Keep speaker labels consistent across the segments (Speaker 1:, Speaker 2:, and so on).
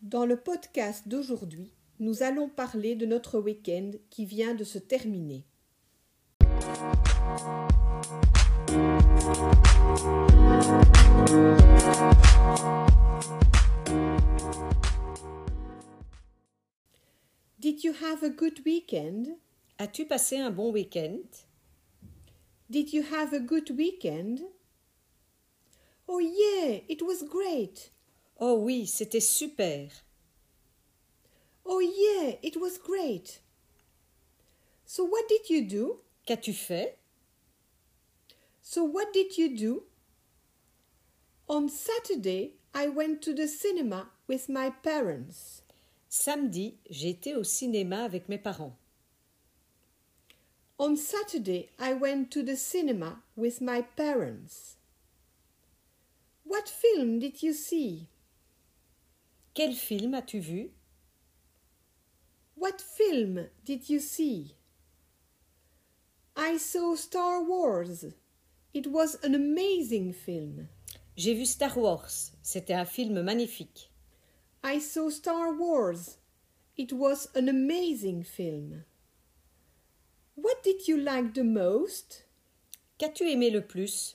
Speaker 1: Dans le podcast d'aujourd'hui, nous allons parler de notre week-end qui vient de se terminer. Did you have a good weekend?
Speaker 2: As-tu passé un bon week-end
Speaker 1: Did you have a good weekend? Oh yeah, it was great.
Speaker 2: Oh oui, c'était super.
Speaker 1: Oh yeah, it was great. So what did you do?
Speaker 2: Qu'as-tu fait
Speaker 1: So what did you do? On Saturday, I went to the cinema with my parents.
Speaker 2: Samedi, j'ai été au cinéma avec mes parents.
Speaker 1: On Saturday, I went to the cinema with my parents. What film did you see?
Speaker 2: Quel film as-tu vu
Speaker 1: What film did you see? I saw Star Wars. It was an amazing film.
Speaker 2: J'ai vu Star Wars. C'était un film magnifique.
Speaker 1: I saw Star Wars. It was an amazing film. What did you like the most?
Speaker 2: Qu'as-tu aimé le plus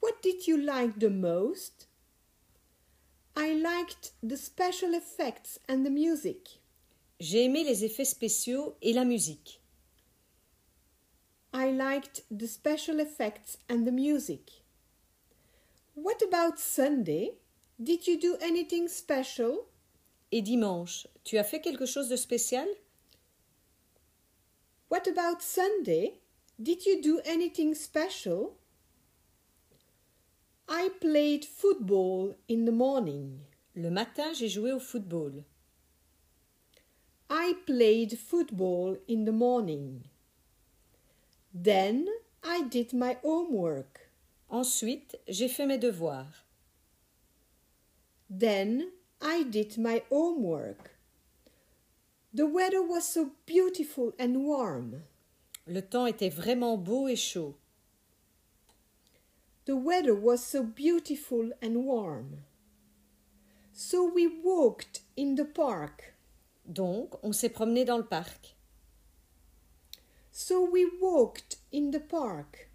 Speaker 1: What did you like the most? I liked the special effects and the music.
Speaker 2: J'ai aimé les effets spéciaux et la musique.
Speaker 1: I liked the special effects and the music. What about Sunday? Did you do anything special?
Speaker 2: Et dimanche, tu as fait quelque chose de spécial
Speaker 1: What about Sunday? Did you do anything special? I played football in the morning.
Speaker 2: Le matin, j'ai joué au football.
Speaker 1: I played football in the morning. Then I did my homework.
Speaker 2: Ensuite, j'ai fait mes devoirs.
Speaker 1: Then I did my homework. The weather was so beautiful and warm.
Speaker 2: Le temps était vraiment beau et chaud.
Speaker 1: The weather was so beautiful and warm. So we walked in the park.
Speaker 2: Donc, on s'est promené dans le parc.
Speaker 1: So we walked in the park.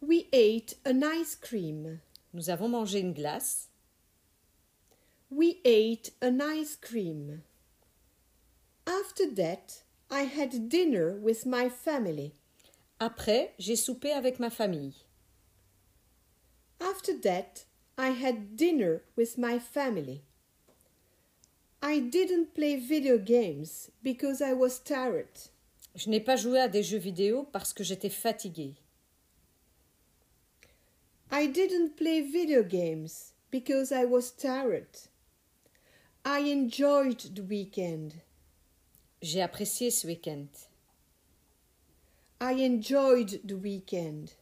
Speaker 1: We ate an ice cream.
Speaker 2: Nous avons mangé une glace.
Speaker 1: We ate an ice cream. After that, I had dinner with my family.
Speaker 2: Après, j'ai soupé avec ma famille.
Speaker 1: After that, I had dinner with my family. I didn't play video games because I was tired.
Speaker 2: Je n'ai pas joué à des jeux vidéo parce que j'étais fatiguée.
Speaker 1: I didn't play video games because I was tired. I enjoyed the weekend.
Speaker 2: J'ai apprécié ce week-end.
Speaker 1: I enjoyed the weekend.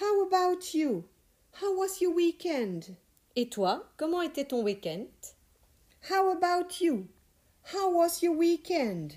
Speaker 1: How about you? How was your weekend?
Speaker 2: Et toi, comment était ton week-end
Speaker 1: How about you? How was your weekend?